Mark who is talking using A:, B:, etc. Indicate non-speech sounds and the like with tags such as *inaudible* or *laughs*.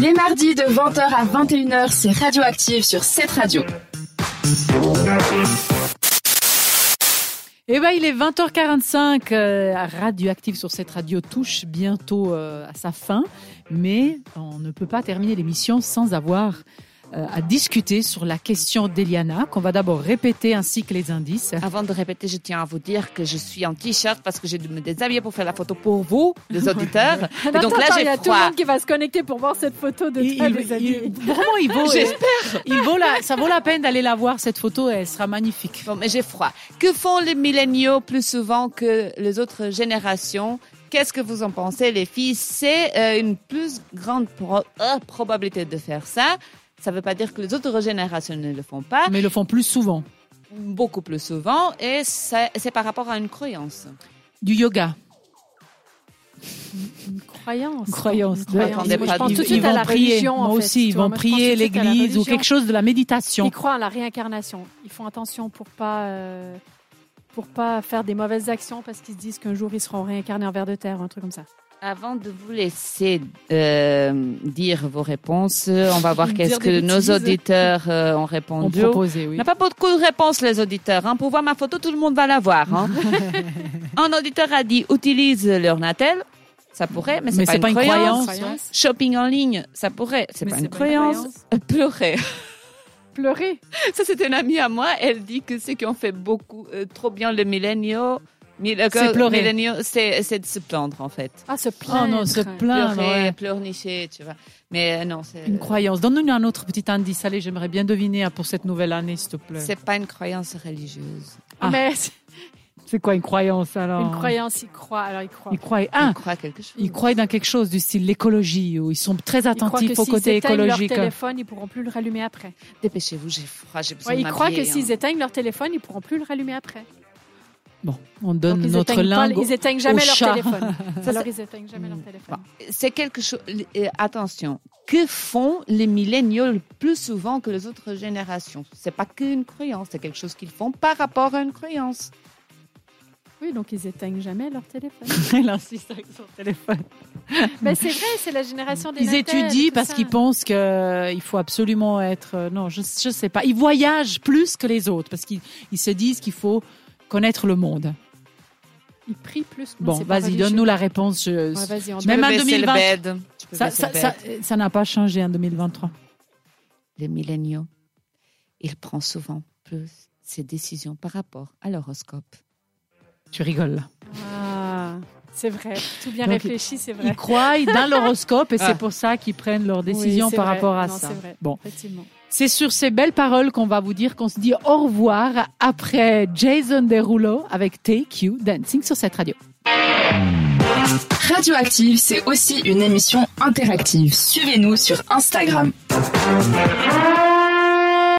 A: Les mardis de 20h à 21h, c'est Radioactive sur cette radio.
B: Eh ben, il est 20h45. euh, Radioactive sur cette radio touche bientôt euh, à sa fin, mais on ne peut pas terminer l'émission sans avoir euh, à discuter sur la question d'Eliana, qu'on va d'abord répéter ainsi que les indices.
C: Avant de répéter, je tiens à vous dire que je suis en t-shirt parce que j'ai dû me déshabiller pour faire la photo pour vous, les auditeurs. Et
D: Attends,
C: donc là,
D: attends, il y
C: j'ai
D: a tout le
C: froid.
D: monde qui va se connecter pour voir cette photo de
B: Il-
D: toi,
B: il-
D: les amis.
B: il- vraiment, il *laughs* vaut, euh,
C: J'espère.
B: il vaut la, ça vaut la peine d'aller la voir, cette photo, elle sera magnifique.
C: Bon, mais j'ai froid. Que font les milléniaux plus souvent que les autres générations Qu'est-ce que vous en pensez, les filles C'est euh, une plus grande pro- euh, probabilité de faire ça. Ça ne veut pas dire que les autres générations ne le font pas,
B: Mais ils le font plus souvent.
C: beaucoup plus souvent, et c'est c'est par rapport à une croyance.
B: Du yoga.
D: Une croyance.
B: Une croyance.
D: Une croyance.
C: Attendez
D: Moi,
C: pas
D: je pense
C: du-
D: tout de
C: ils
D: suite
B: vont
D: à la
B: prier.
D: religion.
B: Moi
D: en fait,
B: aussi,
D: tu
B: ils
D: vois.
B: vont
D: Moi, je pense tout de
B: prier
D: suite à la
B: l'église ou
D: religion.
B: quelque chose de la méditation.
D: Ils croient en la réincarnation. Ils font attention pour pas euh, pour pas faire des mauvaises actions parce qu'ils se disent qu'un jour ils seront réincarnés en vers de terre, un truc comme ça.
C: Avant de vous laisser euh, dire vos réponses, on va voir
D: Dire
C: qu'est-ce que
D: des
C: nos
D: bêtises.
C: auditeurs euh, ont
B: On
C: répondu.
B: proposait,
C: Il
B: oui.
C: n'y a pas beaucoup de réponses, les auditeurs. Hein. Pour voir ma photo, tout le monde va la voir. *laughs* Hein. Un auditeur a dit utilise l'ornatel. Ça pourrait, mais
B: Mais
C: c'est pas, une croyance. Shopping en ligne, ça pourrait, c'est
D: Mais
C: pas, une croyance. Pleurer.
D: Pleurer.
C: *laughs* Ça, c'était une amie à moi. Elle dit que ceux qui ont fait beaucoup, euh, trop bien le millénio, mille- euh,
B: C'est pleurer.
C: millénio, c'est c'est de se plaindre en fait.
D: Ah, se
B: Oh
D: plaindre.
B: non, se plaindre.
C: pleurer,
B: Ah, ouais.
C: pleurnicher, tu vois. Mais euh, non, c'est
B: Une croyance. Donne-nous un autre petit indice. Allez, j'aimerais bien deviner hein, pour cette nouvelle année, s'il te plaît.
C: euh, c'est pas une croyance religieuse.
B: Ah.
D: Mais c'est
B: C'est quoi une croyance alors
D: *laughs* une croyance, ils croient. Alors ils croient.
B: Oh. Ils croient.
C: On
B: Ah,
C: croit quelque chose.
B: ils croient dans quelque chose du style l'écologie, où ils sont très
D: Ils croient
B: attentifs
D: que
B: au côté
D: s'ils éteignent
B: écologique.
D: leur téléphone, ils pourront plus le rallumer après.
C: Dépêchez-vous, j'ai froid, j'ai besoin
D: Ouais,
C: de
D: ils croient que
C: m'habiller, hein.
D: s'ils éteignent leur téléphone, ils pourront plus le rallumer après.
B: Bon, on
D: Donc,
B: donne
D: ils
B: notre
D: éteignent pas-
B: langue.
D: ils éteignent jamais
B: au
D: leur
B: chat.
D: *laughs* téléphone.
C: Ça,
D: Alors
C: c'est-
D: ils éteignent jamais
B: Hmm.
D: leur
B: Bah.
D: téléphone.
C: c'est quelque chose. euh, attention, que font les milléniaux plus souvent que les autres générations C'est pas qu'une croyance, c'est quelque chose qu'ils font par rapport à une croyance.
D: Oui, donc ils éteignent jamais leur
B: *laughs*
D: téléphone.
B: Elle insiste avec son téléphone.
D: Mais c'est vrai, c'est la génération des
B: Ils
D: Natels,
B: étudient
D: tout
B: parce
D: ça.
B: qu'ils pensent que euh, il faut absolument être. euh, Non, je je sais pas. Ils voyagent plus que les autres parce qu'ils ils se disent qu'il faut connaître le monde.
D: Ils prient plus. Non,
B: Bon,
D: c'est pas
B: vas-y,
D: religieux.
B: donne-nous la réponse. je-
D: Ouais, Ah, vas-y, on
B: Même
C: peux
B: en
C: baisser
B: 2020.
C: le bed. Tu peux
B: ça
C: baisser
B: ça-
C: le bed.
B: ça- ça n'a pas changé en 2023.
C: Les milléniaux, ils prennent souvent plus ces décisions par rapport à l'horoscope.
B: Tu rigoles.
D: Ah, c'est vrai. Tout bien
B: Donc,
D: réfléchi, c'est vrai.
B: Ils croient dans l'horoscope et
C: Ah.
B: c'est pour ça qu'ils prennent leurs décisions
D: c'est
B: par
D: vrai.
B: rapport à
D: Non,
B: ça.
D: c'est vrai.
B: Bon,
D: Effectivement.
B: c'est sur ces belles paroles qu'on va vous dire qu'on se dit au revoir après Jason Derulo avec Take You Dancing sur cette radio.
A: Radioactive, c'est aussi une émission interactive. Suivez-nous sur Instagram.